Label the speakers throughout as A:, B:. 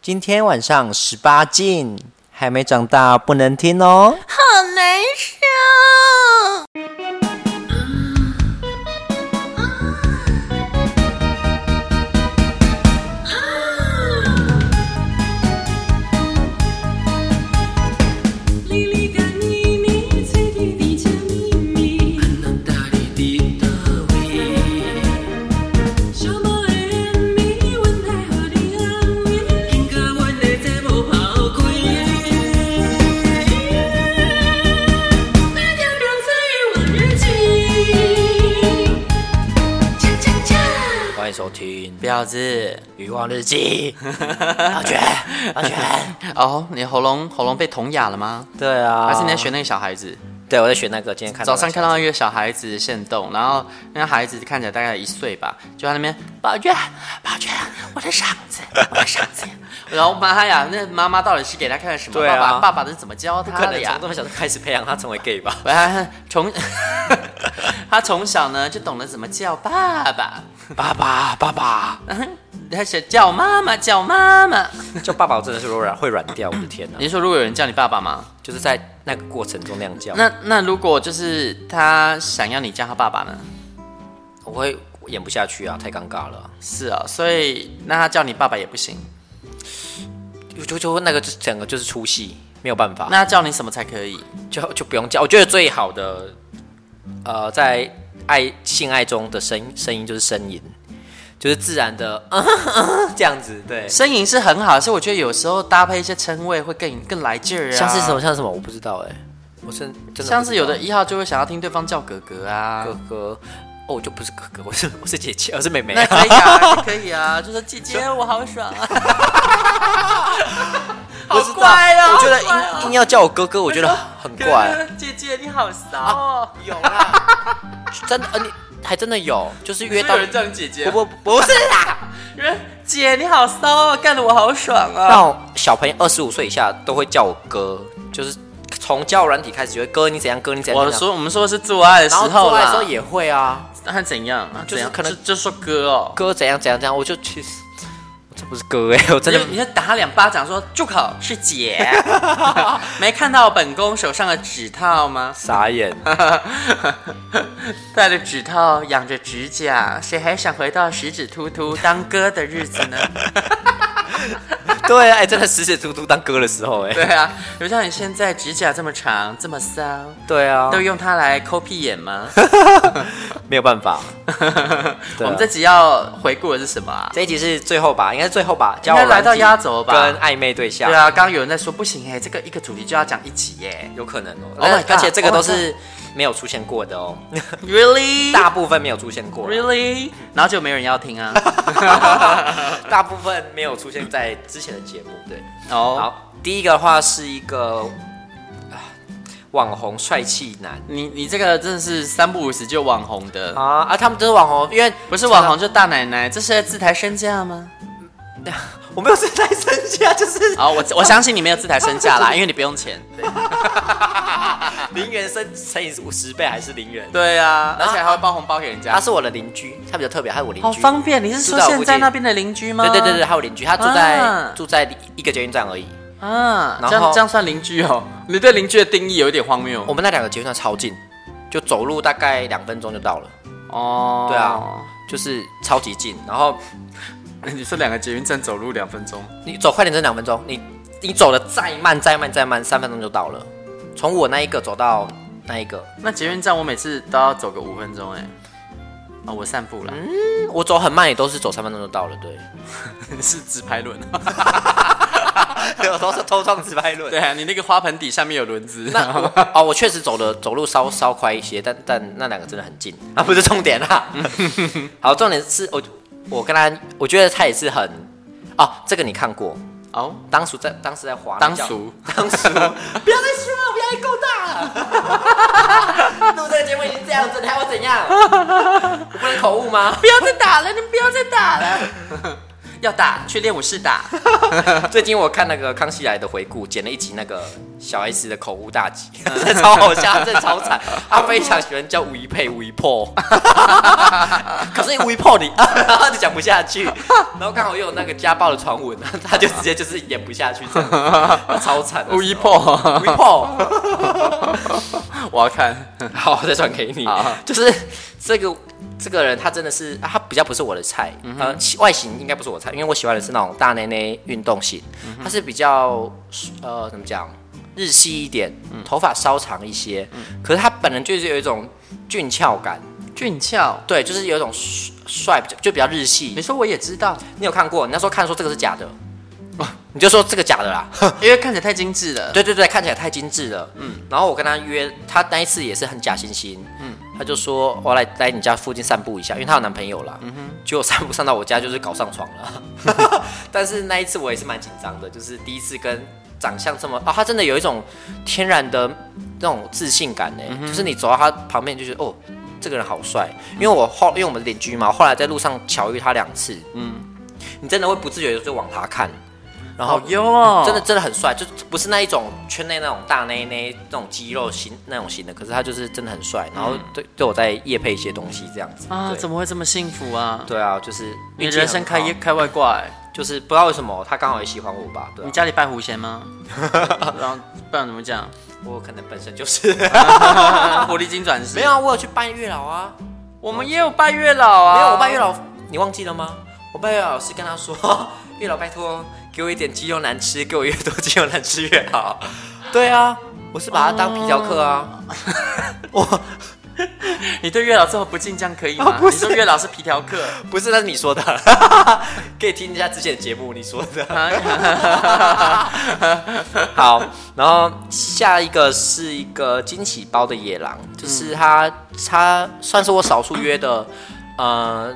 A: 今天晚上十八禁，还没长大不能听哦。
B: 好难受。
C: 哩哩个咪咪，脆滴滴叫咪咪，哒哩滴哒喂。小猫儿咪，温带好哩安慰，听歌阮的节目跑开。那条龙在往日去，恰恰恰。
A: 欢迎收听《婊子欲望日 记》。阿全，阿全，
D: 哦，你喉咙喉咙被捅哑了吗？
A: 对啊，
D: 还是你在选那个小孩子？
A: 对，我在选那个。今天看
D: 早上看
A: 到
D: 到一个小孩子现动，然后那个孩子看起来大概一岁吧，就在那边宝娟，宝娟，我的嗓子，我的嗓子。 然后妈呀，那妈妈到底是给他看了什么？
A: 对啊
D: 爸爸爸爸是怎么教
A: 那个，不可
D: 他的
A: 能
D: 呀
A: 从这？么小就开始培养他成为 gay 吧？
D: 他从 他从小呢就懂得怎么叫爸爸，
A: 爸爸，爸爸，
D: 他想叫妈妈，叫妈妈。
A: 叫爸爸，我真的是软会软掉，我的天哪！
D: 你是说如果有人叫你爸爸吗？
A: 就是在那个过程中那样叫，
D: 那那如果就是他想要你叫他爸爸呢？
A: 我会演不下去啊，太尴尬了。
D: 是啊、所以那他叫你爸爸也不行，
A: 就就那个就整个就是出戏，没有办法。
D: 那他叫你什么才可以？
A: 就就不用叫。我觉得最好的，呃，在爱性爱中的声声音就是呻吟，就是自然的、嗯嗯、这样子，对。
D: 呻吟是很好，可是我觉得有时候搭配一些称谓会更更来劲儿啊。
A: 像是什么？像是什么？我不知道哎、我是真的不知道
D: 像是有的一号就会想要听对方叫哥哥啊，
A: 哥哥，哦，我就不是哥哥，我是我是姐姐，我是妹妹。
D: 那可以啊，可以啊，就说姐姐我好 爽啊，
A: 不
D: 好
A: 知道
D: 怪哦，
A: 我觉得
D: 好怪哦
A: 硬硬要叫我哥哥，我觉得很怪，，啊
D: 哥哥姐姐你好骚哦，有啊，
A: 真的，呃，你还真的有，就是约
D: 是不是
A: 到
D: 有人叫你姐姐，
A: 不不不是啦，
D: 有人姐你好骚哦，干得我好爽啊，
A: 那种小朋友二十五岁以下都会叫我哥，就是从交友软体开始就会哥你怎样，哥你怎样。
D: 我
A: 怎样
D: 说我们说的是做爱的时
A: 然后
D: 候
A: 做爱的
D: 啦
A: 时，候也会啊，
D: 那怎样？那
A: 就是
D: 怎样
A: 可能
D: 就就说哥哦，
A: 哥怎样怎样怎样，我就其实这不是哥哎、 我真的
D: 你就你就打他两巴掌说住口是 姐，没看到本宫手上的指套吗？
A: 傻眼。
D: 戴着指套养着指甲，谁还想回到十指突突当哥的日子呢？
A: 对啊，哎、真的死死嘟嘟当哥的时候哎、
D: 对啊，有像你现在指甲这么长这么骚，
A: 对啊
D: 都，用它来抠屁眼吗？
A: 没有办法。啊
D: 我们这集要回顾的是什么啊？
A: 这一集是最后吧，应该是最后吧，
D: 应
A: 交
D: 该
A: 友
D: 来到
A: 软体
D: 压轴吧
A: 跟暧昧对象。
D: 对，啊，刚刚有人在说不行哎、这个一个主题就要讲一集耶、
A: 有可能哦、
D: Oh my
A: 而
D: god，
A: 而且这个
D: oh my
A: 都是没有出现过的哦、
D: Really？
A: 大部分没有出现过
D: Really？然后就没有人要听 啊。
A: 大部分没有出现在之前的节目。 对，
D: 哦，
A: 好，第一个的话是一个啊网红帅气男。
D: 你你这个真的是三不五时就网红的，
A: 啊啊！他们都是网红，因为
D: 不是网红就大奶奶，这是在自抬身价吗？
A: 我没有自带身价，啊就是
D: 好，我我相信你没有自抬身价 啦，因为你不用钱。
A: 零元升乘以五十倍还是零元。
D: 对啊，
A: 然
D: 而
A: 后
D: 且还会包红包给人
A: 他
D: 家，
A: 是我的邻居，他比较特别，他是我邻居。
D: 好方便。你是说现在那边的邻居吗？
A: 对对对对，他有邻居，他住在、
D: 啊
A: 住在一个捷运站而已。
D: 对。啊，
A: 然后
D: 这样这样算邻居哦？ 你对邻居的定义有一点荒谬
A: 我。们那两个捷运站超近，就走路大概两分钟就到了，
D: 哦，
A: 对啊，就是超级近。然后
D: 你说两个捷运站走路两分钟，
A: 你走快点，真的两分钟。你你走的再慢再慢再慢，三分钟就到了。从我那一个走到那一个，
D: 那捷运站我每次都要走个五分钟哎。哦，我散步了，
A: 嗯我走很慢也都是走三分钟就到了。对，
D: 是直排轮。
A: 我都是偷撞直拍论
D: 对啊，你那个花盆底下面有轮子。
A: 那我哦，我确实走的走路稍稍快一些，但但那两个真的很近啊，不是重点啦。 好，重点是我我跟他，我觉得他也是很哦，这个你看过，
D: 哦，
A: 当时在当时在滑
D: 当俗，
A: 当时不要再说了，我压力够大了。 录这个节目已经这样 子，你还要怎样？我不能口误吗？
D: 不要再打了，你们不要再打了。要打去练武室打。
A: 最近我看那个《康熙来的》回顾，剪了一集那个小 S 的口误大集，这超好笑，这超惨。他非常喜欢叫吴一佩、吴一破，可是吴一破你 就讲不下去，然后刚好又有那个家暴的传闻，他就直接就是演不下去这样子，超惨的时候。
D: 吴一破，
A: 吴一破。
D: 我要看。
A: 好，我再转给你
D: 好。
A: 就是这个这个人，他真的是啊他比较不是我的菜，
D: 嗯
A: 呃，其外形应该不是我的菜，因为我喜欢的是那种大内内运动型，
D: 嗯
A: 他是比较呃怎么讲，日系一点，
D: 嗯
A: 头发稍长一些，可是他本人就是有一种俊俏感，
D: 俊俏，
A: 对，就是有一种帅帅，比较就比较日系
D: 你。说我也知道，
A: 你有看过？你那时候看说这个是假的，
D: 哦
A: 你就说这个假的啦。
D: 因为看起来太精致了。
A: 对对对，看起来太精致了。嗯，然后我跟他约，他那一次也是很假惺惺。嗯，他就说我来来你家附近散步一下，因为她有男朋友了。嗯哼，结果散步上到我家就是搞上床 了。但是那一次我也是蛮紧张的，就是第一次跟长相这么啊，他真的有一种天然的那种自信感呢、就是你走到他旁边就觉得哦，这个人好帅。因为我后因为我们邻居嘛，我后来在路上巧遇他两次。嗯，你真的会不自觉的就往他看，然后
D: 好优哦，
A: 真的真的很帅，就不是那一种圈内那种大内内那种肌肉型那种型的，可是他就是真的很帅，然后对、对我在夜配一些东西这样子
D: 啊，
A: 对
D: 怎么会这么幸福啊？
A: 对啊，就是
D: 你
A: 运气
D: 人生
A: 很
D: 开
A: 好
D: 业开外挂哎、
A: 就是不知道为什么他刚好也喜欢我吧？对啊、
D: 你家里拜狐仙 吗？然后不然怎么 讲？
A: 我可能本身就是
D: 狐狸精转世
A: 没有，啊，我有去拜月老啊，
D: 我们也有拜月老啊。
A: 没有我拜月老，你忘记了吗？我拜月老是跟他说， 月老拜托给我一点鸡肉难吃，给我越多鸡肉难吃越好。对啊，我是把他当皮条客啊，
D: 你对月老这么哦不敬，这样可以吗？
A: 不
D: 你
A: 是
D: 说月老是皮条客，
A: 不是那是你说的， 可以听一下之前的节目你说的。
D: 啊
A: 好，然后下一个是一个惊喜包的野狼，就是他，他算是我少数约的，呃，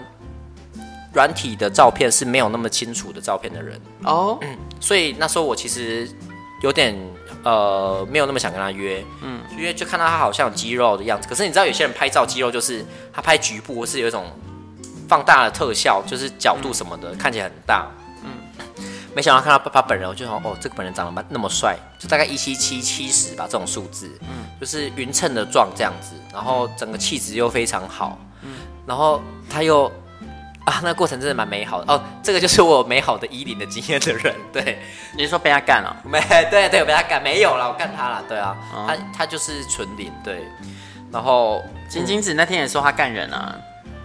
A: 软体的照片是没有那么清楚的照片的人，
D: 哦，
A: 所以那时候我其实有点呃没有那么想跟他约，嗯，因为就看到他好像有肌肉的样子，可是你知道有些人拍照肌肉就是他拍局部或是有一种放大的特效，就是角度什么的、看起来很大，嗯，没想到看到爸爸本人，我就想哦这个本人长得蛮那么帅，就大概一七七七十吧这种数字，嗯，就是匀称的壮这样子，然后整个气质又非常好，嗯，然后他又啊，那过程真的蛮美好的哦。这个就是我美好的衣领的经验的人，对，
D: 你是说被他干哦了？
A: 没， 对对，我被他干没有了，我干他了，对啊，他他就是纯零，对，然后
D: 金金子那天也说他干人啊，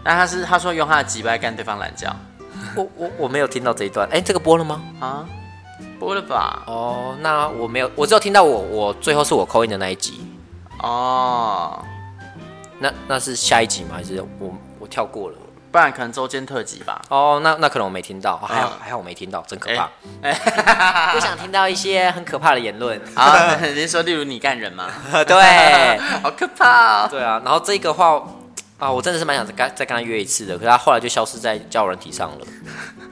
D: 但他是他说用他的鸡巴干对方懒觉
A: 我我我没有听到这一段，哎，这个播了吗？
D: 啊，播了吧？
A: 哦，那我没有，我只有听到我我最后是我扣印的那一集，
D: 哦，
A: 那那是下一集吗？还是我我跳过了？
D: 不然可能周间特辑吧。
A: 哦，那那可能我没听到，还好、
D: 嗯
A: 还好我没听到，真可
D: 哎
A: 怕， 不想听到一些很可怕的言 论，
D: 啊，你是说例如你干 人吗？
A: 哦对。
D: 好可怕、哦！
A: 对啊，然后这个话啊，我真的是蛮想再跟再跟他约一次的，可是他后来就消失在交友软体上了。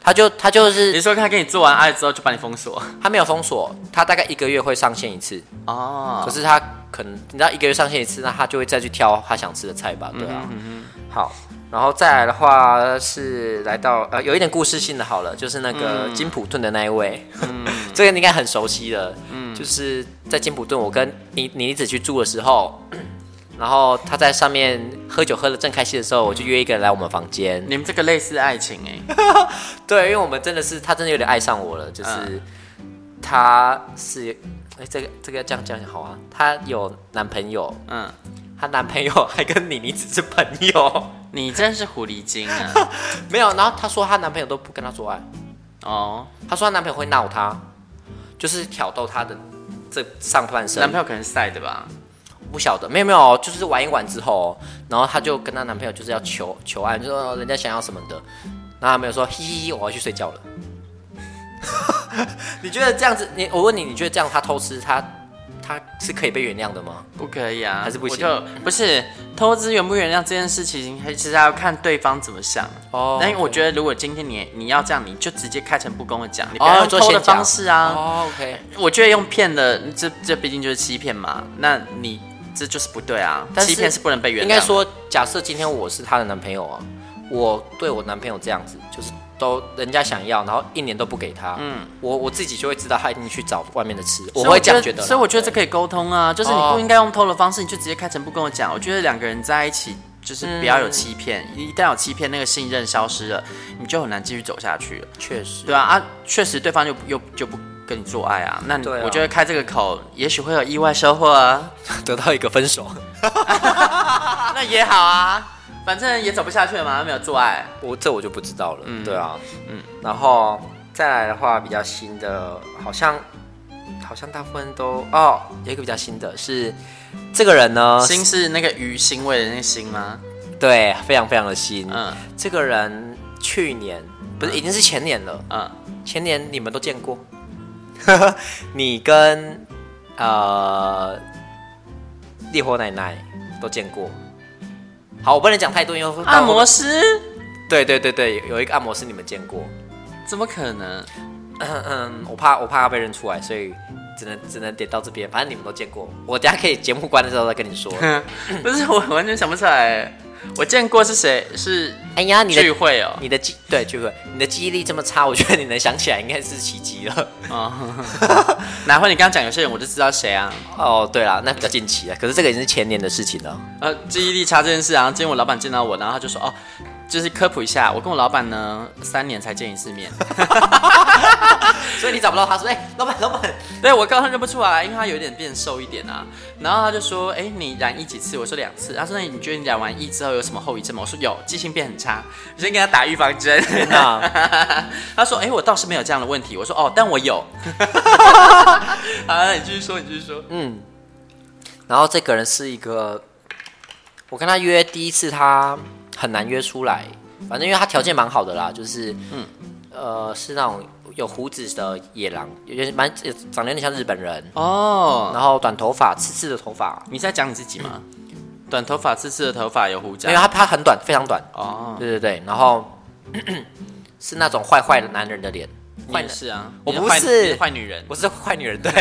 A: 他就他就
D: 你
A: 是
D: 说他跟你做完爱之后就把你封锁？
A: 他没有封锁，他大概一个月会上线一次，
D: 哦
A: 可，是他可能你知道一个月上线一次，那他就会再去挑他想吃的菜吧，对啊。好，然后再来的话是来到呃有一点故事性的，好了，就是那个金普顿的那一位， 这个你应该很熟悉的，就是在金普顿我跟你你一起去住的时候。然后他在上面喝酒喝的正开心的时候，我就约一个人来我们房间。
D: 你们这个类似爱情 哎、
A: 对，因为我们真的是他真的有点爱上我了，就是他是哎这个这个这样讲好啊，她有男朋友，
D: 嗯，
A: 她男朋友还跟妮妮只是朋友，
D: 你真是狐狸精啊！
A: 没有。然后她说她男朋友都不跟她做爱，
D: 哦，
A: 她说她男朋友会闹她，就是挑逗她的这上半身
D: 男。朋友可能是晒的吧？
A: 不晓得，没有没有，就是玩一玩之后，然后她就跟她男朋友就是要求求爱，就说人家想要什么的，然后她没有说，嘻嘻，我要去睡觉了。 你觉得这样子，你我问你，你觉得这样她偷吃，她她是可以被原谅的吗？
D: 不可以啊，
A: 还是不行
D: 我就不是偷资原不原谅这件事情，还其实还要看对方怎么想。
A: 哦
D: 但我觉得如果今天你你要这样，你就直接开诚布公的讲，你不
A: 哦
D: 要用
A: 做
D: 偷的
A: 先讲
D: 方式啊。
A: 哦，OK，
D: 我觉得用骗的，这这毕竟就是欺骗嘛。那你这就是不对啊，
A: 但是
D: 欺骗是不能被原谅。
A: 应该，说，假设今天我是她的男朋友啊，我对我男朋友这样子，就是都人家想要，然后一年都不给他，嗯，我我自己就会知道他一定去找外面的吃，我会这样觉得啦。
D: 所以我觉得这
A: 对
D: 可以沟通啊，就是你
A: 哦
D: 不应该用偷的方式，你就直接开诚布公的讲。我觉得两个人在一起
A: 嗯
D: 就是不要有欺骗，一旦有欺骗，那个信任消失了，你就很难继续走下去了。
A: 确实，
D: 对啊啊，确实对方就又就不跟你做爱啊，那你
A: 对啊
D: 我觉得开这个口，也许会有意外收 获啊，
A: 得到一个分手，
D: 那也好啊，反正也走不下去了嘛，又没有做爱。
A: 我这我就不知道了。对啊，嗯，然后再来的话，比较新的，好像好像大部分都哦，有一个比较新的是这个人呢，
D: 心是那个鱼腥味的那个腥吗？
A: 对，非常非常的新。
D: 嗯
A: 这个人去年不是已经是前年了，
D: 嗯，
A: 前年你们都见过， 你跟呃烈火奶奶都见过。好，我不能讲太多，因为会
D: 按摩师
A: 对对对对，有一个按摩师你们见过，
D: 怎么可能？
A: 嗯，我怕我怕他被认出来，所以只能只能点到这边。反正你们都见过，我等下可以节目关的时候再跟你 说。
D: 不是，我完全想不起来。我见过是谁？是
A: 哎呀，你
D: 聚
A: 的
D: 会哦。
A: 你的记对聚会，你的记忆力这么差，我觉得你能想起来应该是奇迹了。
D: 哪哦会你刚刚讲有些人，我就知道谁啊。
A: 哦，对啦，那比较近期啊了，可是这个已经是前年的事情了。
D: 呃，记忆力差这件事啊，今天我老板见到我，然后他就说哦，就是科普一下，我跟我老板呢三年才见一次面。
A: 所以你找不到他说，哎、老板，老 板，
D: 对，我刚刚认不出来，因为他有点变瘦一点啊。然后他就说，哎，你染疫几次？我说两次。他说，那你觉得你染完疫之后有什么后遗症吗？我说有，记性变很差。我先给他打预防针。
A: 那
D: 他说，哎，我倒是没有这样的问题。我说，哦，但我 有。好，那你继续说，你继续说。
A: 嗯，然后这个人是一个，我跟他约第一次他很难约出来，反正因为他条件蛮好的啦，就是嗯呃是那种有胡子的野狼，有点蛮长得有点像日本人，
D: 哦，
A: 然后短头发，刺刺的头发，
D: 你在讲你自己吗？短头发，刺刺的头发，有胡
A: 因
D: 渣
A: 为。他他很短，非常短，
D: 哦，
A: 对对对，然后 是那种坏坏男人的脸，
D: 你
A: 坏
D: 也
A: 男
D: 是啊，
A: 我
D: 你
A: 不
D: 坏
A: 是
D: 你坏女人。
A: 我是坏女人，对，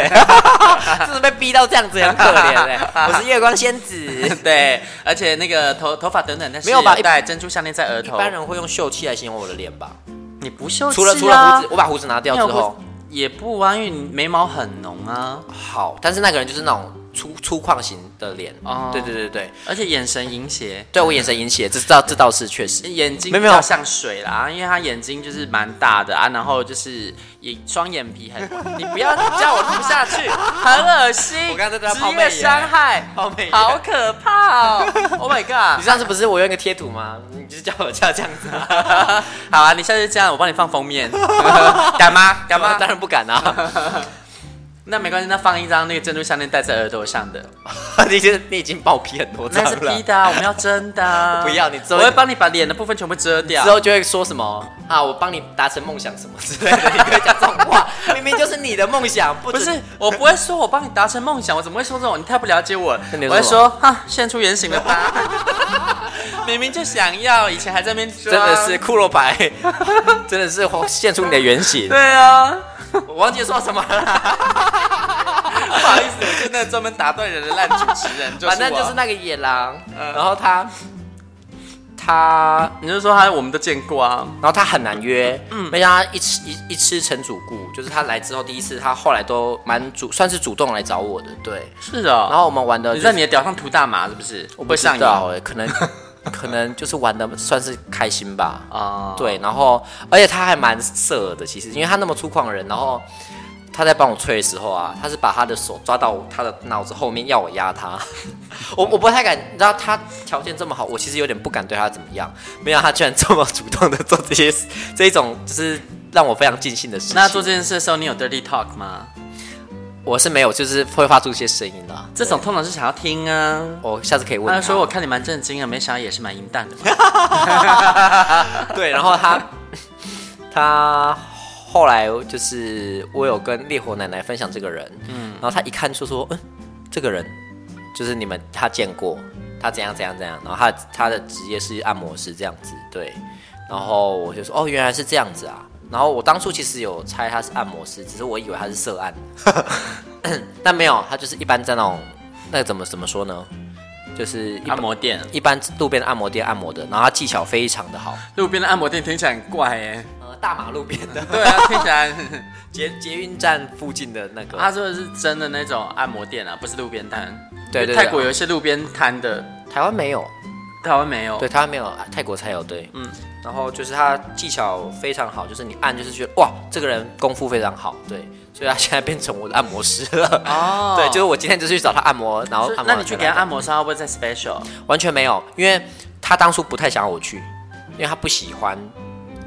A: 真的被逼到这样子，很可怜哎、 我是月光仙子。
D: 对，而且那个头头发等等，但是
A: 没有吧一
D: 戴珍珠项链在额
A: 一
D: 头。
A: 般人会用秀气来形容我的脸吧？
D: 你不秀气、啊，
A: 除了除了胡子，我把胡子拿掉之
D: 没有
A: 后
D: 胡，子也不啊，因为你眉毛很浓啊，
A: 好，但是那个人就是那种粗粗犷型的脸。
D: 哦
A: 对对对对，
D: 而且眼神淫邪，
A: 对我眼神引起，这倒这倒是确实。
D: 眼睛
A: 没有
D: 比
A: 没有嗯
D: 较像水啦，因为他眼睛就是蛮大的啊，然后就是也双眼皮很， 你不要叫我读下去，很恶心，
A: 我刚才在
D: 职
A: 泡妹
D: 业
A: 耶
D: 伤害，
A: 泡妹耶
D: 好可怕哦，Oh my
A: 你
D: god！
A: 上次不是我用一个贴图吗？你就叫我叫这样子啊？
D: 好啊，你下次这样，我帮你放封面， 敢吗？敢吗
A: 当？然不敢 啊！
D: 那没关系，那放一张那个珍珠项链戴在耳朵上 的。
A: 你已经你已经爆皮很多张
D: 那
A: 了。
D: 是 P 的、啊，我们要真的、啊。
A: 我不要你之
D: 我
A: 后
D: 会帮你把脸的部分全部遮掉。
A: 之后就会说什么啊，我帮你达成梦想什么之类的，你可以讲这种 话，明明就是你的梦想，不
D: 不
A: 准
D: 是，我不会说我帮你达成梦想，我怎么会说这种？你太不了解我了。
A: 那你
D: 我
A: 说
D: 会
A: 什
D: 说，哈，现出原形了吧？ 明明就想要，以前还在那边说。
A: 真的是。骷髅白， 真的是现出你的原形。
D: 对啊，
A: 我忘记说什么了，
D: 不好意思，我真的专门打断人的烂主持人，
A: 反正就是
D: 那，
A: 那个野狼，
D: 啊嗯
A: 然后他他，
D: 你就说他我们都见过啊。
A: 然后他很难约，嗯，没想到他一吃一一吃成主顾，就是他来之后第一次，他后来都蛮主，算是主动来找我的，对。
D: 是哦。
A: 然后我们玩的、
D: 你在你的屌上涂大麻是不是？
A: 我不
D: 会
A: 知
D: 上瘾
A: 道哎、 可能可能就是玩的算是开心吧，
D: 啊。
A: 对，然后而且他还蛮色的，其实，因为他那么粗犷的人，然后他在帮我吹的时候啊，他是把他的手抓到他的脑子后面要我压他， 我我不太敢，你知道他条件这么好，我其实有点不敢对他怎么样，没想到他居然这么主动的做这些事这一种就是让我非常尽兴的事情。
D: 那做这件事的时候，你有 dirty talk 吗？
A: 我是没有，就是会发出一些声音啦。
D: 这种通常是想要听啊。
A: 我下次可以问
D: 他就说：“我看你蛮震惊的，啊没想到也是蛮淫荡的嘛。
A: 对，然后他他后来就是我有跟烈火奶奶分享这个人，嗯，然后他一看就说，嗯，这个人就是你们他见过，他怎样怎样怎样，然后他他的职业是按摩师这样子，对，然后我就说，哦，原来是这样子啊。然后我当初其实有猜他是按摩师，只是我以为他是涉 案，但没有，他就是一般在那种那个怎么怎么说呢，就是一”般
D: 按摩店，
A: 一般路边的按摩店按摩的，然后他技巧非常的好，
D: 路边的按摩店听起来很怪哎、
A: 呃大马路边 的
D: 对啊，听起来
A: 捷捷运站附近的那个，
D: 他说的是真的那种按摩店啊，不是路边摊。
A: 对对对
D: 泰国有一些路边摊的，
A: 台湾没有，
D: 台湾没有。
A: 对，台湾没有，啊泰国才有，对，
D: 嗯
A: 哦嗯。然后就是他技巧非常好，就是你按就是觉得哇，这个人功夫非常好，对，所以他现在变成我的按摩师了。
D: 哦
A: 对，就是我今天就去找他按摩，然后
D: 是
A: 按摩
D: 那你去给他
A: 完才来
D: 按摩，他会不会再 special？
A: 完全没有，因为他当初不太想要我去，因为他不喜欢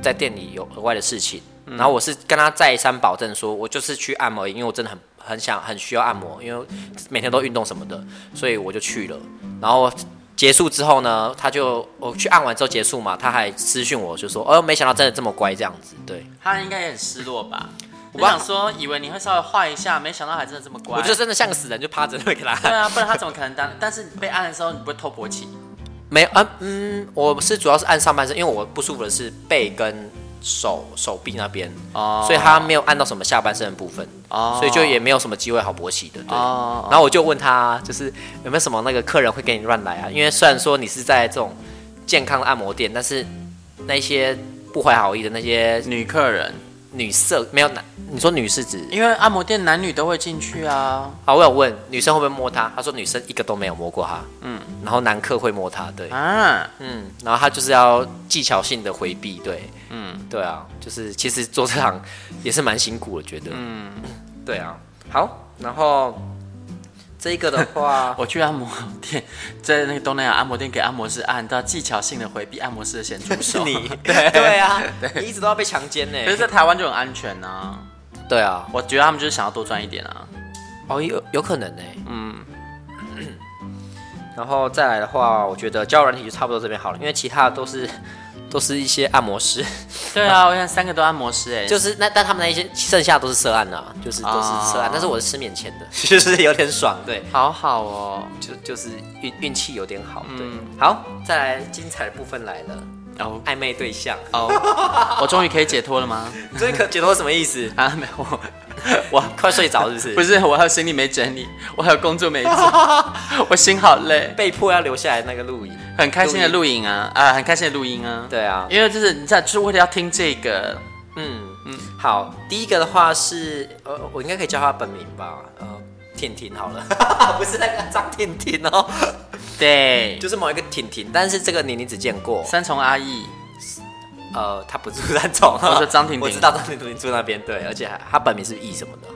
A: 在店里有额外的事情。然后我是跟他再三保证说，我就是去按摩而已，因为我真的很很想很需要按摩，因为每天都运动什么的，所以我就去了。然后结束之后呢，他就我去按完之后结束嘛，他还私讯我就说，哦，没想到真的这么乖这样子。对
D: 他应该也很失落吧？我
A: 我不知道
D: 想说，以为你会稍微画一下，没想到还真的这么乖。
A: 我就真的像个死人，就趴着那边给他按
D: 对。啊，不然他怎么可能当？但是你被按的时候，你不会透勃起？
A: 没有啊，嗯，我是主要是按上半身，因为我不舒服的是背跟手手臂那边，
D: 哦
A: 所以他没有按到什么下半身的部分，
D: 哦
A: 所以就也没有什么机会好勃起的，对。
D: 哦
A: 然后我就问他，就是有没有什么那个客人会给你乱来啊？因为虽然说你是在这种健康的按摩店，但是那些不怀好意的那些
D: 女客人，
A: 女色没有男，你说女是指
D: 因为按摩店男女都会进去啊。
A: 啊？我有问女生会不会摸他，他说女生一个都没有摸过他，嗯，然后男客会摸他，对，
D: 啊，
A: 嗯，然后他就是要技巧性的回避，对，嗯，对啊，就是其实做这行也是蛮辛苦的，觉得，嗯，对啊，好，然后这一个的 话，
D: 我去按摩店，在那个东南亚按摩店给按摩师按，到技巧性的回避按摩师的咸猪 手。
A: 对对啊，你一直都要被强奸呢
D: 可是，在台湾就很安全啊。
A: 对啊，
D: 我觉得他们就是想要多赚一点啊。
A: 哦，有有可能呢，嗯， 然后再来的话，我觉得交友软体就差不多这边好了，因为其他的都是都是一些按摩师，
D: 对啊，我现在三个都按摩师哎、
A: 就是是那但他们那一些剩下都是涉案啊，就是都是涉案，
D: 啊
A: 但是我是吃免钱 的，就是有点爽，对。
D: 好好哦。
A: 就就是运运气有点好，对。好，再来精彩的部分来了，
D: 哦
A: 暧昧对象，
D: 哦， 我终于可以解脱了吗？
A: 这个解脱什么意思
D: ？啊，没有， 我
A: 快睡着是 不是？
D: 不是，我还有行李没整理，我还有工作没做， 我心好累。
A: 被迫要留下来那个录影，
D: 很开心的录影啊，啊，很开心的录音啊。，
A: 对啊，
D: 因为就是你知道，就是为了要听这个，
A: 嗯嗯。好，第一个的话是，呃，我应该可以叫他本名吧，呃，婷婷好了，不 是那个张婷婷哦，
D: 对，
A: 就是某一个婷婷，但是这个你你只见过，
D: 三重阿姨，
A: 呃，他不住那种，
D: 我说哦张婷 婷
A: 我知道张婷婷住那边，对，而且还他本名是易什么的，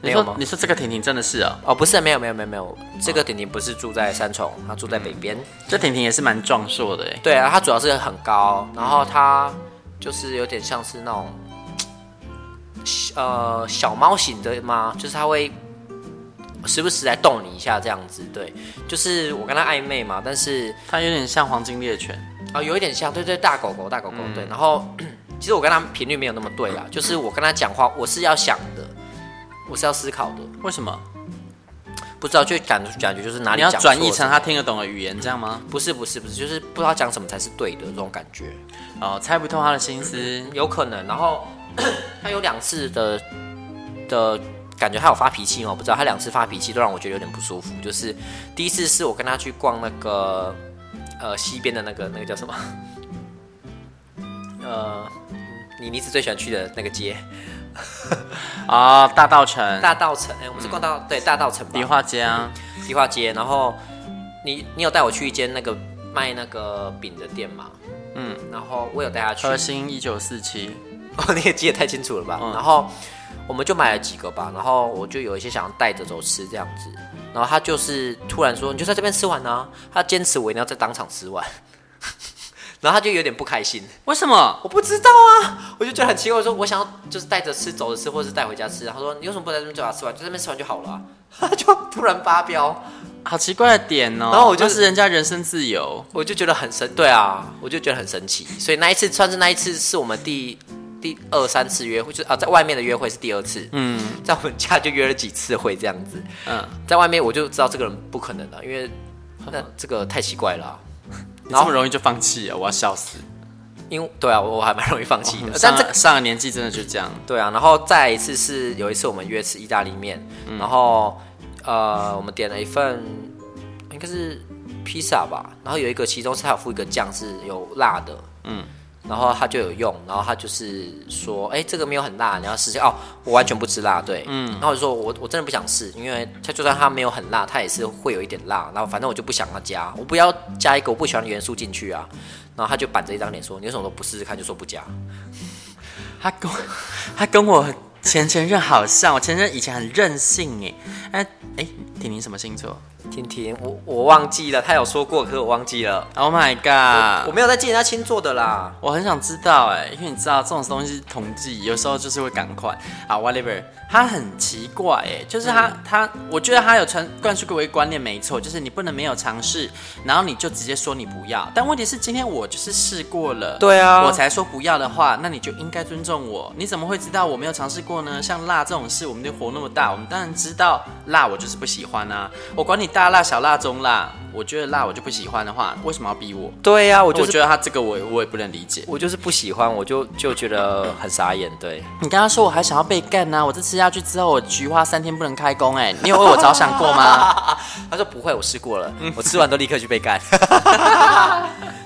D: 你
A: 没有
D: 说
A: 吗
D: 你说这个婷婷真的是哦，
A: 哦，不是，没有没有没有没有，这个婷婷不是住在三重，她住在北边。
D: 这婷婷也是蛮壮硕的哎，
A: 对啊，她主要是很高，然后她就是有点像是那种，呃，小猫型的吗？就是她会时不时来逗你一下这样子。对，就是我跟她暧昧嘛，但是
D: 她有点像黄金猎犬，
A: 啊、有一点像，对对，大狗狗，大狗狗，
D: 嗯
A: 对。然后 其实我跟她频率没有那么对啦，就是我跟她讲话，我是要想的，我是要思考的，
D: 为什么？
A: 不知道就感感觉就是哪里
D: 你要
A: 啊讲
D: 转
A: 错
D: 译
A: 了
D: 成她听得懂的语言，这样吗？
A: 不是不是不是，就是不知道讲什么才是对的这种感觉，
D: 哦，猜不透她的心思，
A: 有可能。然后 他有两次的的感觉，他有发脾气吗？哦我不知道，他两次发脾气都让我觉得有点不舒服。就是第一次是我跟他去逛那个呃西边的那个那个叫什么？ 呃，你你一直最喜欢去的那个街，
D: 哦，大道城、
A: 大道城。哎、我们是逛到、对大道城吧
D: 梨花街啊，
A: 梨花街，然后你你有带我去一间那个卖那个饼的店吗？嗯，然后我有带他去
D: 核心一九四七，
A: 哦，你也记得太清楚了吧？
D: 嗯
A: 然后我们就买了几个吧，然后我就有一些想要带着走吃这样子，然后他就是突然说你就在这边吃完啊，他坚持我一定要在当场吃完， 然后他就有点不开心，
D: 为什么？
A: 我不知道啊，我就觉得很奇怪，我说我想要就是带着吃走着吃，或者是带回家吃，他说你为什么不在这边就把它吃完，就在那边吃完就好了、啊， 他就突然发飙，
D: 好奇怪的点哦。
A: 然后我就
D: 那是人家人身自由，
A: 我就觉得很神，对啊，我就觉得很神奇。所以那一次算是那一次是我们第第二三次约会，就是啊，在外面的约会是第二次，嗯，在我们家就约了几次会这样子，
D: 嗯，
A: 在外面我就知道这个人不可能了，因为那这个太奇怪了啊、
D: 你这么容易就放弃了，我要笑死。
A: 因为对啊，我我还蛮容易放弃的，但
D: 上
A: 这
D: 哦了上了年纪真的就这样，
A: 对啊，然后再一次是有一次我们约吃意大利面，然后呃，我们点了一份应该是披萨吧，然后有一个其中是它有附一个酱是有辣的，嗯，然后他就有用，然后他就是说，哎、这个没有很辣，你要试试哦。我完全不吃辣，对，嗯。然后我就说我我真的不想试，因为它就算它没有很辣，它也是会有一点辣。然后反正我就不想要加，我不要加一个我不喜欢的元素进去啊。然后他就板着一张脸说，你为什么都不试试看就说不加？
D: 他跟我他跟我前前任好像，我前任以前很任性耶。哎哎，婷婷什么星座
A: 天天，我我忘记了，他有说过，可是我忘记了。
D: ？Oh my god！
A: 我没有在记人家星座的啦。
D: 我很想知道哎、因为你知道这种东西统计有时候就是会赶快啊，whatever。他很奇怪哎、就是他、
A: 嗯
D: 他，我觉得他有传灌输给我一个观念没错，就是你不能没有尝试，然后你就直接说你不要。但问题是今天我就是试过了，
A: 对啊
D: 我才说不要的话，那你就应该尊重我。你怎么会知道我没有尝试过呢？像辣这种事，我们就活那么大，我们当然知道辣我就是不喜欢啊。我管你大辣、小辣、中辣，我觉得辣我就不喜欢的话，为什么要逼我？
A: 对啊呀、我
D: 我
A: 就是
D: 觉得他这个我也我也不能理解。
A: 我就是不喜欢，我就就觉得很傻眼。对，
D: 你刚刚说我还想要被干啊呢、我这次下去之后，我菊花三天不能开工、哎，你有为我着想过 吗？
A: 他说不会，我试过了，我吃完都立刻去被 干。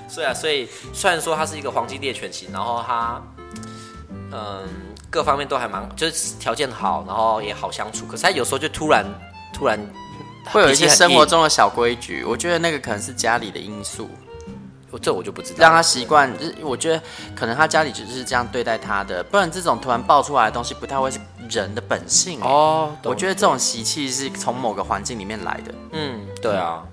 A: 所以啊，所以虽然说他是一个黄金猎犬型，然后他嗯各方面都还蛮，就是条件好，然后也好相处，可是他有时候就突然突然
D: 会有一些
A: 脾气很
D: 生活
A: 硬
D: 中的小规矩，我觉得那个可能是家里的因素，
A: 我这我就不知道，
D: 让他习惯。就是我觉得可能他家里就是这样对待他的，不然这种突然爆出来的东西不太会是人的本性、哎
A: 哦，
D: 我觉
A: 得
D: 得这种习气是从某个环境里面来的。
A: 嗯对啊，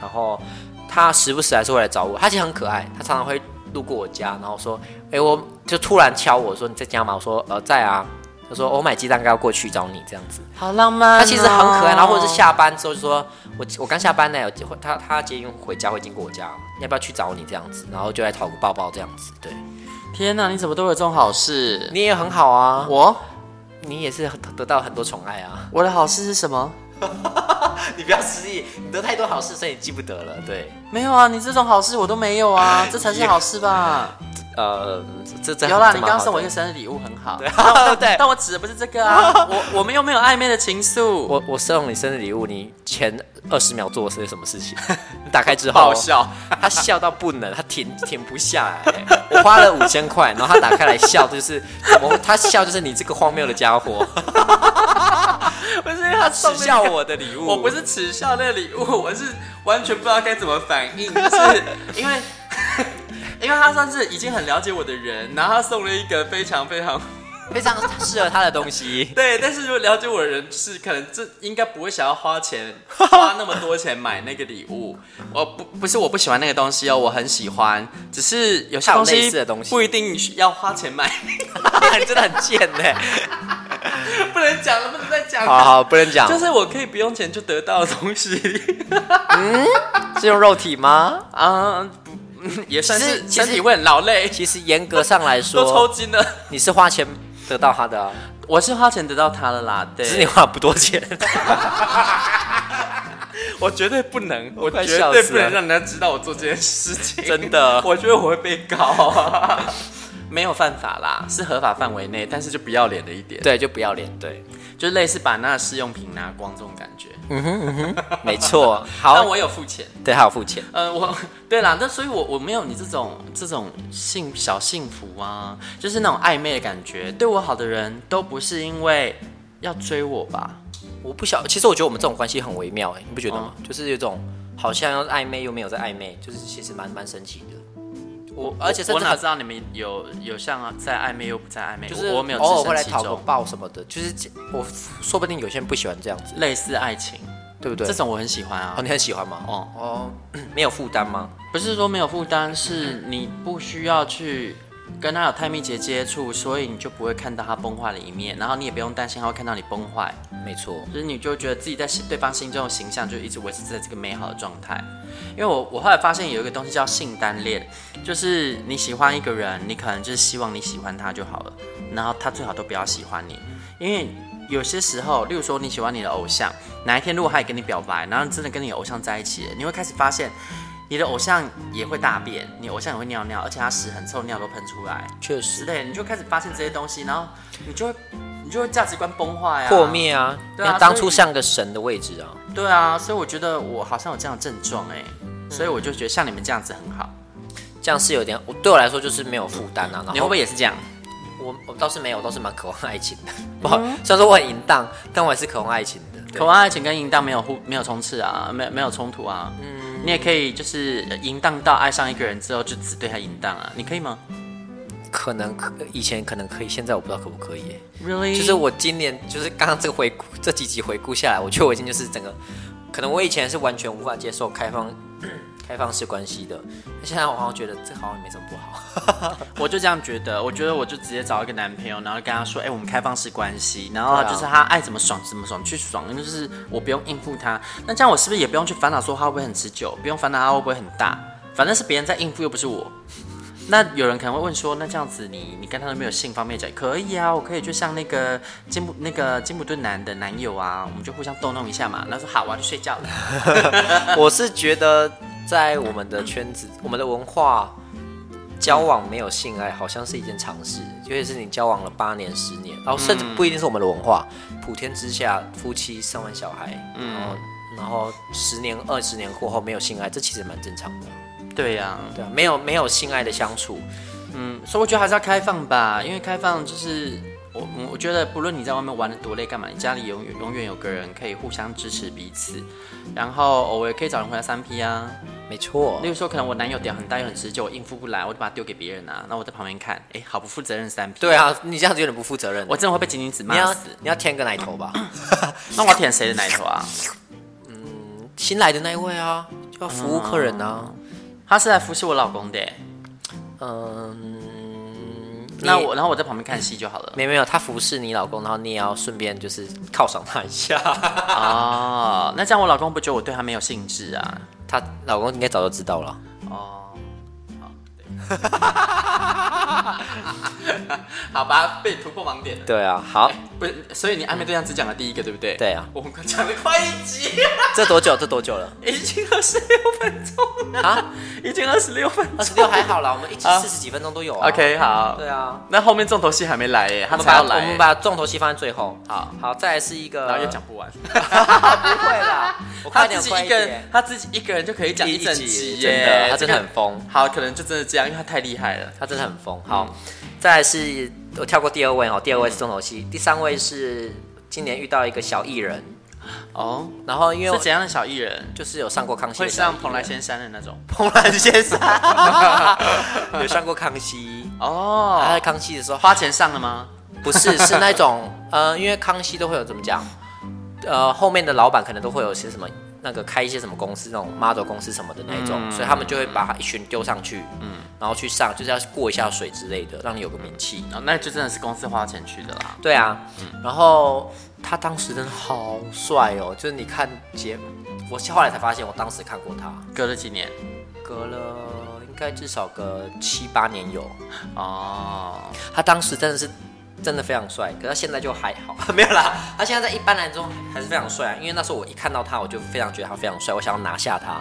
A: 然后他时不时还是会来找我，他其实很可爱，他常常会路过我家，然后说，哎、我就突然敲我说你在家吗？我说呃在啊，他说我买鸡蛋糕过去找你这样子。
D: 好浪漫、啊
A: 他其实很可爱，然后或者是下班之后就说，我我刚下班呢，我他他捷运回家会经过我家，要不要去找你这样子，然后就来讨个抱抱这样子。对，
D: 天哪、你怎么都有这种好事？
A: 你也很好啊，
D: 我
A: 你也是很得到很多宠爱啊。
D: 我的好事是什么？
A: 你不要失忆，你得太多好事，所以你记不得了。对，
D: 没有啊，你这种好事我都没有啊，这才是好事吧？
A: 呃，这这
D: 有啦，
A: 这
D: 你
A: 蛮
D: 刚刚
A: 好
D: 送我一
A: 的
D: 个生日礼物，很 好。
A: 对对，
D: 但我指的不是这个啊， 我我们又没有暧昧的情愫。
A: 我我送你生日礼物，你前二十秒做了些什么事 情？你打开之后
D: 爆，笑，
A: 他笑到不能，他停停不下来、我花了五千块，然后他打开来笑，就是怎么会他笑就是你这个荒谬的家 伙，
D: 不是他
A: 耻
D: 送那个
A: 笑，我的礼物。
D: 我不是耻笑那个礼物，我是完全不知道该怎么反应，就是 因为因为他算是已经很了解我的人，然后他送了一个非常非常。
A: 非常适合他的东西
D: 对，但是如果了解我的人，就是可能这应该不会想要花 钱花那么多钱买那个礼物。我不不是我不喜欢那个东西哦，我很喜欢，只是有些
A: 它有
D: 东西
A: 类似的东西
D: 不一定要花钱买，
A: 你 真的很贱呢、
D: 不能讲了，不能再讲
A: 好
D: 了。
A: 好，不能讲，
D: 就
A: 就是
D: 是我可以不用钱就得到的东西，
A: 是用肉体吗？
D: 啊、不嗯也算
A: 其
D: 是
A: 实其实
D: 身体会很劳累，
A: 其实严格上来
D: 都抽
A: 说，
D: 筋了。
A: 你是花钱得到他的啊、
D: 我是花钱得到它了啦，
A: 只是你
D: 对，
A: 花不多钱。
D: 我绝对不能，我
A: 快
D: 绝
A: 笑
D: 对
A: 死
D: 不能
A: 了
D: 让人家知道我做这件事情，
A: 真的
D: 我觉得我会被告、啊。 没有犯法啦，是合法范围内，但是就不要脸的一点，，
A: 对，就不要脸，对，
D: 就类似把那试用品拿光这种感觉。
A: 没错。
D: 嗯但
A: 好，
D: 我有付钱，
A: 对，他有付钱。
D: 呃，我 对啦，那所以我，我没有你这种这种幸小幸福啊，就是那种暧昧的感觉。对我好的人都不是因为要追我吧？
A: 我不晓，其实我觉得我们这种关系很微妙、哎，你不觉得吗？
D: 哦
A: 就是有种好像要暧昧又没有在暧昧，就是其实蛮蛮神奇的。我而且甚
D: 我
A: 至
D: 哪
A: 很
D: 知道你们有有像在暧昧又不在暧昧？
A: 就是
D: 哎我我没有置身
A: 偶尔会来
D: 其
A: 讨个
D: 中
A: 抱什么的，就是我说不定有些人不喜欢这样子，
D: 类似爱情，
A: 对不对？
D: 这种我很喜欢啊
A: 哦，。你很喜欢吗？
D: 哦，
A: 哦， 没有负担吗？
D: 不是说没有负担，是你不需要去跟他有太密切接触，所以你就不会看到他崩坏的一面，然后你也不用担心他会看到你崩坏。
A: 没错，
D: 就是你就觉得自己在对方心中的形象就一直维持在这个美好的状态。因为我我后来发现有一个东西叫性单恋，就是你喜欢一个人，你可能就是希望你喜欢他就好了，然后他最好都不要喜欢你，因为有些时候，例如说你喜欢你的偶像，哪一天如果他也跟你表白，然后你真的跟你的偶像在一起了，你会开始发现。你的偶像也会大便，你偶像也会尿尿，而且他屎很臭，尿都喷出来
A: 确
D: 之
A: 实
D: 类的，你就开始发现这些东西，然后你就会你就会价值观崩坏啊，
A: 破灭啊，
D: 对
A: 因
D: 啊
A: 为当
D: 所
A: 初
D: 以
A: 上个神的位置啊，
D: 对欸啊，所以我觉得我好像有这样的症状哎、所以我就觉得像你们这样子很好。
A: 这这样是有点，我对我来说就是没有负担啊。然
D: 嗯你会不
A: 后
D: 会也是这样？
A: 我我倒是没有，我倒是蛮渴望爱情的。不好，虽然说我很淫荡，但我还是渴望爱情的。对
D: 嗯渴望爱情跟淫荡没有互没有冲刺啊，没有没有冲突啊。嗯，你也可以就是呃淫荡到爱上一个人之后就只对他淫荡啊，你可以吗
A: 可能可以前可能可以，现在我不知道可不可以欸耶。
D: ？Really？
A: 就是我今年就是刚刚这个回顾这几集回顾下来，我觉得我已经就是整个，可能我以前是完全无法接受开放 开放式关系的，现在我好像觉得这好像也没什么不好。
D: 我就这样觉得，我觉得我就直接找一个男朋友，然后跟他说，哎、我们开放式关系，然后
A: 对啊
D: 就是他爱怎么爽怎么爽去爽，就是我不用应付他。那这样我是不是也不用去烦恼说他会不会很持久，不用烦恼他会不会很大，反正是别人在应付，又不是我。那有人可能会问说，那这样子你你跟他都没有性方面讲，可以啊，我可以就像那个金普那个金普顿男的男友啊，我们就互相逗弄一下嘛。然后说好，我要去睡觉了。
A: 我是觉得在我们的圈子、我们的文化，交往没有性爱好像是一件常事，尤其是你交往了八年、十年，然后甚至不一定是我们的文化，普天之下夫妻生完小孩，然后然后十年、二十年过后没有性爱，这其实蛮正常的，
D: 对呀、
A: 对啊，没有没有性爱的相处，
D: 所以我觉得还是要开放吧，因为开放就是我我我觉得不论你在外面玩的多累干嘛，你家里永远永远有个人可以互相支持彼此，然后偶尔可以找人回来三 P 啊。
A: 没错
D: 例。如说，可能我男友屌很大又很持久，我应付不来，我就把它丢给别人啊，那我在旁边看，哎，好不负责任三 P。
A: 对，啊，你这样子有点不负责任。
D: 我真的会被井井子
A: 你
D: 骂
A: 要
D: 死。嗯
A: 你要舔个奶头吧，
D: 那我要舔谁的奶头啊？
A: 新来的那一位啊，就要服务客人啊。
D: 他是来服侍我老公的耶，
A: 嗯，
D: 那
A: 你
D: 我然后我在旁边看戏就好了。
A: 没有没有，他服侍你老公，然后你也要顺便就是犒赏他一 下。
D: 哦，那这样我老公不觉得我对他没有兴致啊？
A: 她老公应该早就知道了。
D: 哦，好，对， 好吧，被突破盲点了。哎
A: 对啊，好，
D: 不是，所以你暧昧对象只讲了第一个，对不对？
A: 对啊
D: 我们讲了快一集，
A: 这多久？这多久了？
D: 已经二十六分钟了
A: 啊，
D: 已经二十六分钟。
A: 二十六还好啦，我们一集
D: 啊
A: 四十几分钟都有、啊。
D: OK，好。
A: 对啊，
D: 那后面重头戏还没来耶，
A: 我
D: 他
A: 们
D: 才
A: 把
D: 要
A: 我
D: 来耶，
A: 们把重头戏放在最后。
D: 好
A: 好，再来是一个，
D: 然后又讲不完。
A: 不会啦，我
D: 他
A: 快点，
D: 自己
A: 呃快
D: 一个人
A: 点，
D: 他自己一个人就可以讲整
A: 一集
D: 集
A: 真
D: 耶，
A: 的，他
D: 这
A: 真的
D: 个
A: 很疯。
D: 好，可能就真的这样，因为他太厉害了。
A: 他真的很疯。好，再来是我跳过第二位哦，第二位是重头戏，第三位是今年遇到一个小艺人，
D: 哦，
A: 然后因为
D: 是
A: 我
D: 怎样的小艺人？
A: 就是有上过康熙
D: 会
A: 的小艺人，
D: 上蓬莱仙山的那 种。
A: 蓬莱先生， 有上过康熙。
D: 哦，
A: 他在康熙的时候，
D: 花钱上了吗？
A: 不 是是那种呃，因为康熙都会有怎么讲，呃，后面的老板可能都会有些什么。那个开一些什么公司，那种 model 公司什么的那种，所以他们就会把他一群丢上去，嗯，然后去上，就是要过一下水之类的，让你有个名气。
D: 哦，那就真的是公司花钱去的啦。
A: 对啊，然后他当时真的好帅哦，就是你看节目，我后来才发现我当时看过他，
D: 隔了几年
A: 隔了应该至少个七八年有，
D: 哦，
A: 他当时真的是真的非常帅，可他现在就还好， 没有啦，他现在在一般人中还是非常帅啊、因为那时候我一看到他，我就非常觉得他非常帅，我想要拿下他。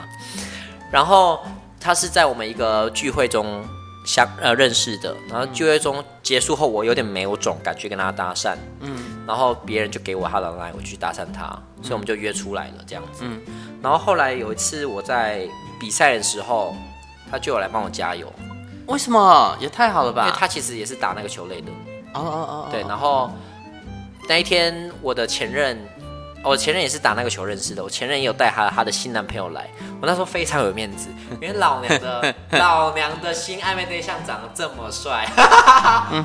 A: 然后他是在我们一个聚会中相呃认识的，然后聚会中结束后，我有点没有种，敢去跟他搭讪，嗯，然后别人就给我他的 line，我去搭讪他，所以我们就约出来了这样子，嗯，然后后来有一次我在比赛的时候，他就有来帮我加油，
D: 为什么？也太好了
A: 因
D: 吧
A: 为！他其实也是打那个球类的，
D: 哦哦哦，
A: 对，然
D: 后
A: 后那一天我的前任，哦我前任也是打那个球认识的，我前任也有带她她的新男朋友来，我那时候非常有面子，因为老娘的老娘的新暧昧对象长得这么帅，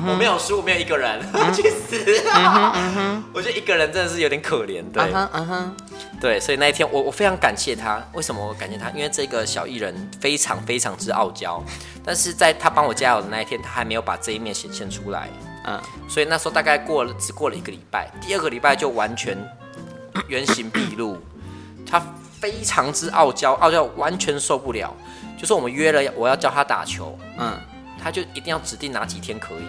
A: 我没有输，我没有一个人， 去死啊！我觉得一个人真的是有点可怜，对、
D: 嗯哼嗯哼，
A: 对，所以那一天我我非常感谢他，为什么我感谢他？因为这个小艺人非常非常之傲娇，但是在他帮我加油的那一天，他还没有把这一面显现出来。
D: 嗯，
A: 所以那时候大概过了只过了一个礼拜，第二个礼拜就完全 原形毕露，他非常之傲娇，傲娇完全受不了。就是我们约了我要教他打球，
D: 嗯，
A: 他就一定要指定哪几天可以。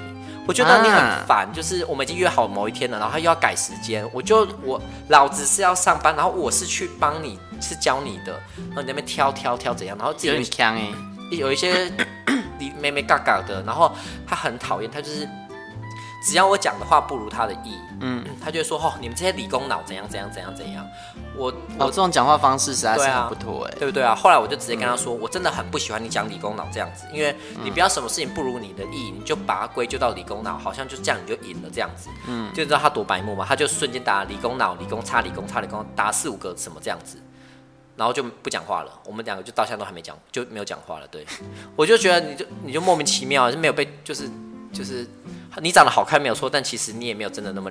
A: 我觉得你
D: 啊
A: 很烦，就是我们已经约好某一天了，然后他又要改时间，我就我老子是要上班，然后我是去帮你是教你的，然后你在那边挑挑挑怎样，然后自己
D: 有点强哎，
A: 有一些里妹妹嘎嘎的，然后他很讨厌，他就是只要我讲的话不如他的意，嗯，他就会说哦，你们这些理工脑怎样怎样怎样怎样，我
D: 哦，
A: 我、
D: 这种讲话方式实在是
A: 对啊
D: 很不妥哎、
A: 对不对啊？后来我就直接跟他说，我真的很不喜欢你讲理工脑这样子，因为你不要什么事情不如你的意，你就把它归咎到理工脑，好像就这样你就赢了这样子，嗯，就知道他多白目嘛，他就瞬间打理工脑、理工差、理工差、理工打四五个什么这样子。然后就不讲话了，我们两个就到现在都还没讲，就没有讲话了。对， 我就觉得你就你就莫名其妙，就没有被就是就是你长得好看没有错，但其实你也没有真的那么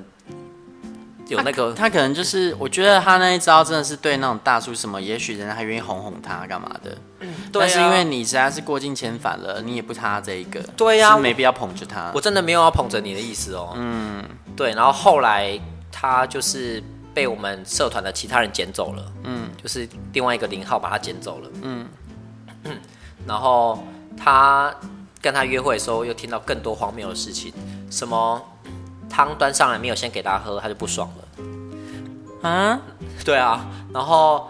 A: 有那个
D: 他可能就是，我觉得他那一招真的是对那种大叔什么，也许人家还愿意哄哄他干嘛的。
A: 对啊
D: 但是因为你实在是过境遣返了，你也不差这一个，
A: 对啊
D: 是没必要捧着他。
A: 我真的没有要捧着你的意思哦。嗯，对。然后后来他就是被我们社团的其他人捡走了。嗯，就是另外一个零号把他捡走了。嗯， 然后他跟他约会的时候，又听到更多荒谬的事情，什么汤端上来没有先给他喝，他就不爽了。
D: 啊，
A: 对啊，然后。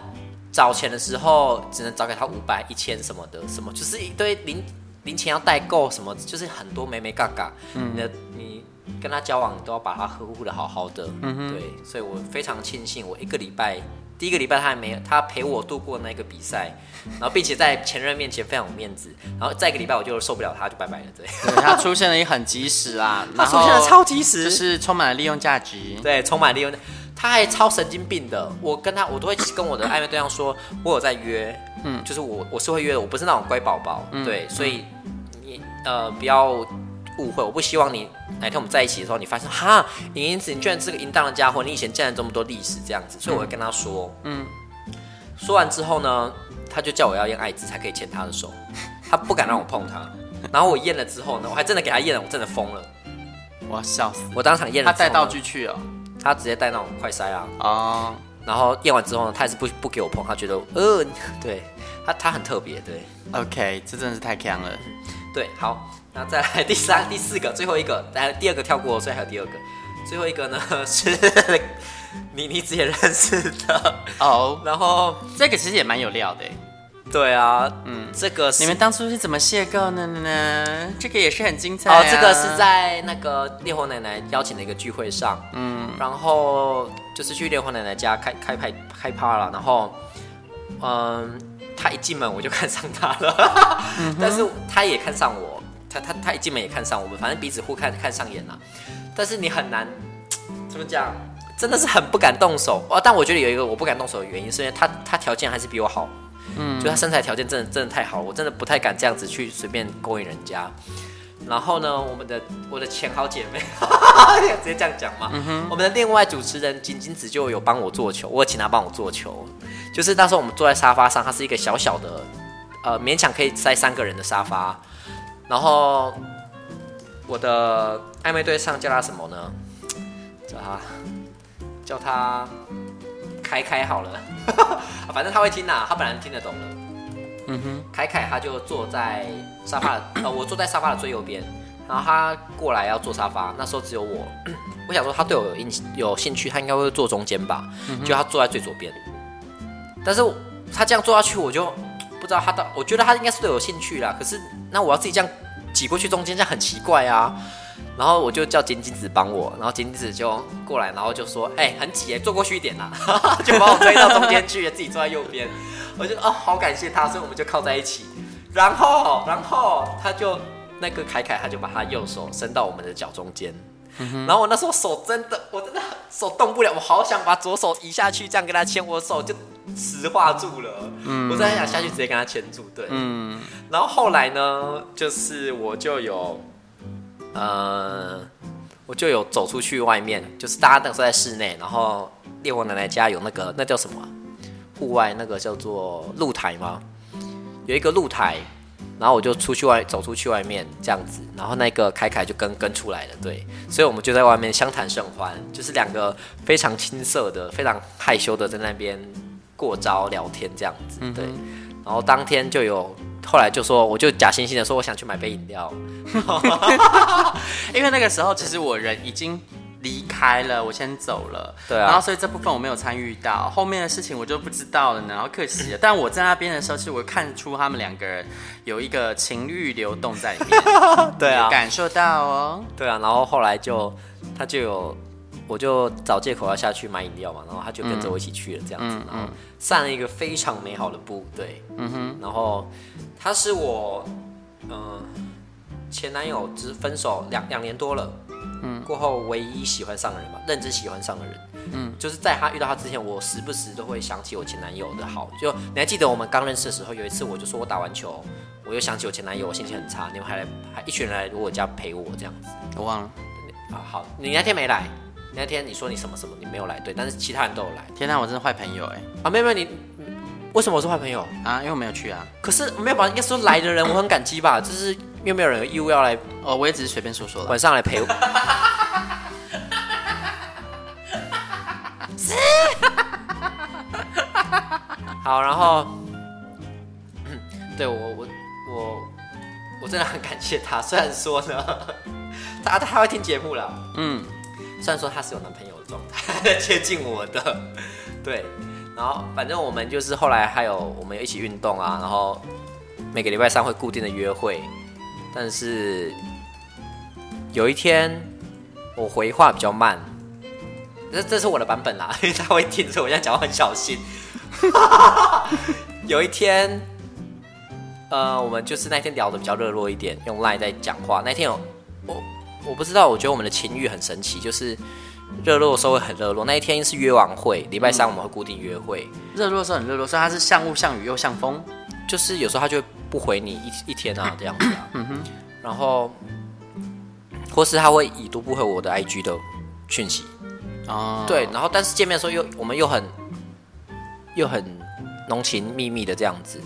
A: 找钱的时候只能找给他五百、一千什么的，什么就是一堆零零钱要代购什么，就是很多美美嘎嘎。你的你跟他交往，你都要把他呵护的好好的。对，所以我非常庆幸，我一个礼拜，第一个礼拜他还没有，他陪我度过那个比赛，然后并且在前任面前非常有面子，然后再一个礼拜我就受不了他，就拜拜了。对，
D: 对他出现了也很及时啊，
A: 他
D: 然后
A: 出现的超及时，
D: 就是充满了利用价值。
A: 对，充满利用。他还超神经病的，我跟他，我都会跟我的暧昧对象说，我有在约，嗯，就是我我是会约的，我不是那种乖宝宝，
D: 嗯
A: 对，所以你呃不要误会，我不希望你哪天我们在一起的时候，你发现哈，你因此你居然是个淫荡的家伙，你以前见了这么多历史这样子，所以我会跟他说，嗯，说完之后呢，他就叫我要验艾滋才可以牵他的 手，他不敢让我碰他，然后我验了之后呢，我还真的给他验了，我真的疯了，
D: 我要笑死，
A: 我当场验了，
D: 他带道具，去哦。
A: 他直接带那种快塞啊，
D: 哦，
A: 然后验完之后呢，他也是不不给我碰，他觉得呃， 对他他很特别，对
D: OK，这真的是太强了。
A: 对，好，那再来第三、第四个，最后一个，来第二个跳过，所以还有第二个，最后一个呢 是你你自己也认识的，
D: 哦，
A: 然后
D: 这个其实也蛮有料的耶。
A: 对啊，嗯，这个是
D: 你们当初是怎么邂逅的呢？这个也是很精彩、啊、
A: 哦，这个是在那个烈火奶奶邀请的一个聚会上，嗯，然后就是去烈火奶奶家开开派开趴了，然后，嗯，他一进门我就看上他了，但是他也看上我，他他他一进门也看上我们，反正彼此互看看上眼了，但是你很难怎么讲，真的是很不敢动手哦。但我觉得有一个我不敢动手的原因，是因为他他条件还是比我好。嗯，就他身材条件真的真的太好了，我真的不太敢这样子去随便勾引人家。然后呢，我们的我的前好姐妹， 直接这样讲嘛。我们的另外主持人金金子就有帮我做球，我有请她帮我做球。就是那时候我们坐在沙发上，它是一个小小的，呃，勉强可以塞三个人的沙发。然后我的暧昧对象叫她什么呢？叫她叫她开开好了， 反正她会听啦、她本来听得懂的。凯凯他就坐在沙发的，呃，我坐在沙发的最右边，然后他过来要坐沙发，那时候只有我， 我想说他对我有印有兴趣，他应该会坐中间吧，就他坐在最左边，但是我他这样坐下去，我就不知道他到，我觉得他应该是对我有兴趣啦，可是那我要自己这样挤过去中间，这样很奇怪啊。然后我就叫金金子帮我，然后金金子就过来，然后就说：“哎、很挤耶，坐过去一点啦。” 就把我推到中间去，自己坐在右边。 我就哦，好感谢他，所以我们就靠在一起。然后，然后他就那个凯凯，他就把他右手伸到我们的脚中间。然后我那时候手真的，我真的手动不了，我好想把左手移下去，这样跟他牵，我手就石化住了。我真的很想下去直接跟他牵住，对。然后后来呢，就是我就有，呃，我就有走出去外面，就是大家那时候在室内，然后烈火奶奶家有那个那叫什么啊、户外那个叫做露台吗？有一个露台，然后我就出去外走出去外面这样子，然后那个凯凯就跟跟出来了，对，所以我们就在外面相谈甚欢，就是两个非常青涩的、非常害羞的在那边过招聊天这样子，对。然后当天就有，后来就说，我就假惺惺的说我想去买杯饮料，
D: 因为那个时候其实我人已经离开了，我先走了。
A: 对啊
D: 然后所以这部分我没有参与到，后面的事情我就不知道了呢，好可惜了。啊但我在那边的时候，其实我看出他们两个人有一个情欲流动在里面，
A: 对啊
D: 有，感受到哦。
A: 对啊，然后后来就他就有，我就找借口要下去买饮料嘛，然后他就跟着我一起去了这样子，然后散了一个非常美好的步，对，嗯哼，然后他是我，嗯、前男友只分手两两年多了，嗯，过后唯一喜欢上的人吧，认真喜欢上的人，嗯，就是在他遇到他之前，我时不时都会想起我前男友的好，就你还记得我们刚认识的时候，有一次我就说我打完球。我又想起我前男友，我心情很差，你们还来，还一群人来我家陪我这样子。
D: 我忘了，
A: 啊，好，你那天没来，你那天你说你什么什么，你没有来，对，但是其他人都有来
D: 天哪，我真的坏朋友哎、
A: 啊，没有没有，你为什么我是坏朋友？
D: 啊，因为我没有去啊。
A: 可是没有吧，应该说来的人我很感激吧，就是又没有人有义务要来
D: 哦，我也只是随便说说了。
A: 晚上来陪 我。好，然后，对我我我我真的很感谢他，虽然说呢， 他他会听节目啦，
D: 嗯，
A: 虽然说她是有男朋友的状态， 接近我的， 对。然后反正我们就是后来还有我们一起运动啊，然后每个礼拜三会固定的约会，但是有一天我回话比较慢，这这是我的版本啦，因为他会听，所以我现在讲话很小心。有一天，呃，我们就是那天聊的比较热络一点，用 line 在讲话。那天有我我不知道，我觉得我们的情欲很神奇，就是热络的时候会很热络。那一天是约完会，礼拜三我们会固定约会，
D: 热络的时候很热络，所以它是像雾像雨又像风。
A: 就是有时候他就会不回你一一天啊这样子啊，然后或是他会已读不回我的 IG 的讯息，
D: 哦，
A: 对，然后但是见面的时候又我们又很又很浓情蜜蜜的这样子，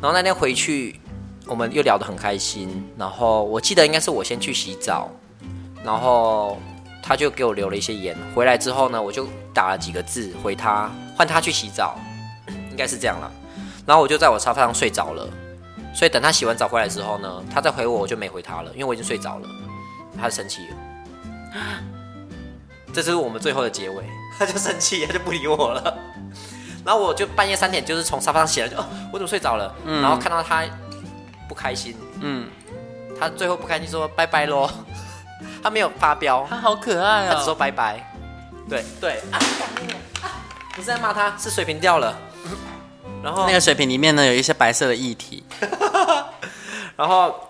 A: 然后那天回去我们又聊得很开心，然后我记得应该是我先去洗澡，然后他就给我留了一些言，回来之后呢，我就打了几个字回他，换他去洗澡，应该是这样了，然后我就在我沙发上睡着了。所以等他洗完澡回来之后呢，他再回我，我就没回他了，因为我已经睡着了。他生气了， 这就是我们最后的结尾。他就生气，他就不理我了。然后我就半夜三点，就是从沙发上起来，就、哦、我怎么睡着了？然后看到他不开心，
D: 嗯，
A: 他最后不开心说拜拜喽。他没有发飙，
D: 它好可爱
A: 他只
D: 哦。
A: 说拜拜。对对啊，干你娘啊不是在骂他，是水平掉了。然后
D: 那个水瓶里面呢有一些白色的液体，
A: 然后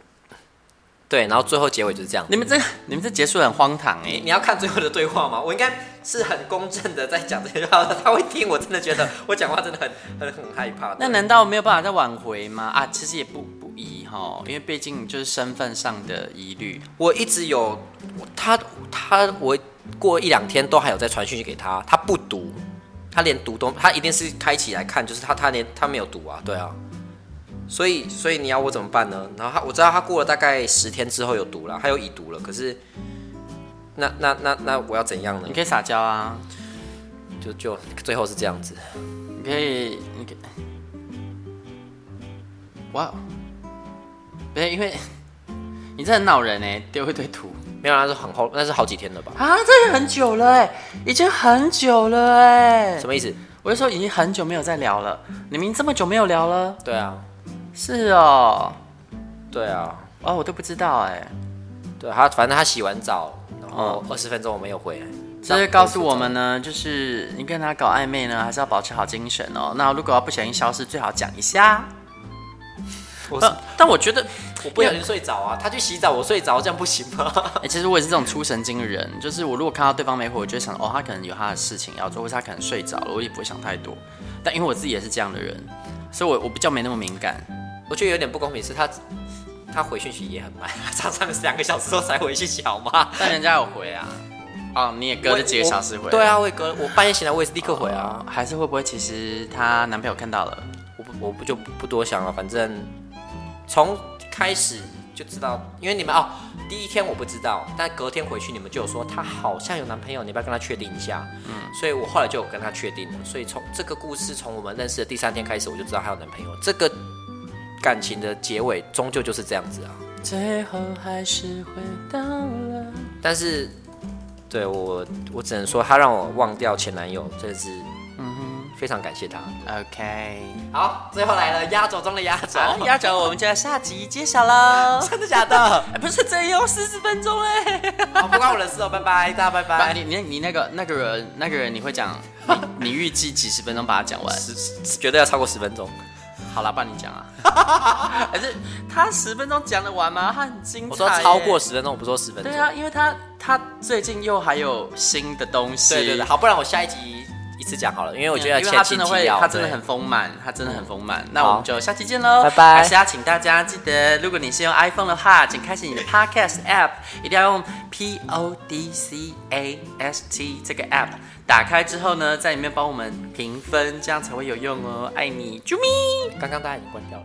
A: 对，然后最后结尾就是这样。
D: 你们这你们这结束得很荒唐哎、
A: 你你要看最后的对话吗？我应该是很公正的在讲这些话，他会听。我真的觉得我讲话真的很很很害怕。
D: 那难道没有办法再挽回吗？啊，其实也不不宜哈，因为毕竟就是身份上的疑虑。
A: 我一直有我他他我过一两天都还有在传讯息给他，他不读，他连读都他一定是开起来看，就是他他连他没有读啊，对啊。所以所以你要我怎么办呢？然后他我知道他过了大概十天之后有读了，他又已读了，可是那那那那我要怎样呢
D: 你？可以撒娇啊，
A: 就就最后是这样子。
D: 你可以，你可以，哇，不是因为 你这很恼人哎、丢一堆土
A: 没有，那是很后，那是好几天了吧？
D: 啊，这个很久了哎、已经很久了哎、
A: 什么意思？
D: 我就说已经很久没有再聊了，你们这么久没有聊了，
A: 对啊，
D: 是哦，
A: 对啊，
D: 哦，我都不知道哎、
A: 对啊他，反正他洗完澡，然后二十分钟我没有回来，
D: 嗯这就告诉我们呢，就是你跟他搞暧昧呢，还是要保持好精神哦。那如果要不小心消失，最好讲一下。
A: 我是
D: 呃但我觉得，
A: 我不小心睡着啊，他去洗澡我睡着，这样不行吗？
D: 哎、其实我也是这种出神经的人，就是我如果看到对方没回，我就会想，哦，他可能有他的事情要做，或是他可能睡着了，我也不会想太多。但因为我自己也是这样的人，所以我我比较没那么敏感。
A: 我觉得有点不公平，是他他回讯息也很慢，常常两个小时后才回讯息，好吗？
D: 但人家有回啊，哦，你也隔
A: 我
D: 了几个小时回，
A: 我对，啊，我也隔我半夜醒来我也是立刻回啊，
D: 还是会不会其实她男朋友看到了？
A: 我不我不就不多想了，反正从开始就知道，因为你们哦。第一天我不知道，但隔天回去你们就有说她好像有男朋友，你要不要跟她确定一下？嗯，所以我后来就有跟她确定了。所以从这个故事从我们认识的第三天开始，我就知道她有男朋友。这个感情的结尾终究就是这样子啊。
D: 最后还是回到了。
A: 但是对我，我只能说他让我忘掉前男友，真的是，嗯非常感谢他。
D: OK，
A: 好，最后来了压轴中的压轴，
D: 好，压轴我们就要下集揭晓喽。
A: 真的假的？
D: 哎不是，这也有四十分钟嘞。
A: 好， 不关我的事哦，拜拜，大家拜
D: 不然
A: 拜。
D: 哎你你你那个那个人那个人你会讲，你你预计几十分钟把它讲完？
A: 绝对要超过十分钟，
D: 好啦，不然你讲啊。 可是他十分钟讲得完吗？他很精彩。
A: 我说超过。十分钟，我不说十分钟。
D: 对啊，因为他他最近又还有新的东西。
A: 对对对，好，不然我下一集一次讲好了，因为我觉得
D: 啊因为他
A: 前情
D: 真的
A: 提
D: 会，
A: 要，
D: 他真的
A: 对嗯
D: 很丰满，他真的很丰满。那
A: 好
D: 我们就下期见喽，
A: 拜拜
D: 还是要请大家记得，如果你是用 iPhone 的话，请开 启你的 Podcast App，一定要用 P O D C A S T 这个 App。打开之后呢，在里面帮我们评分，这样才会有用哦。爱你，啾咪。
A: 刚刚大家已经关掉了。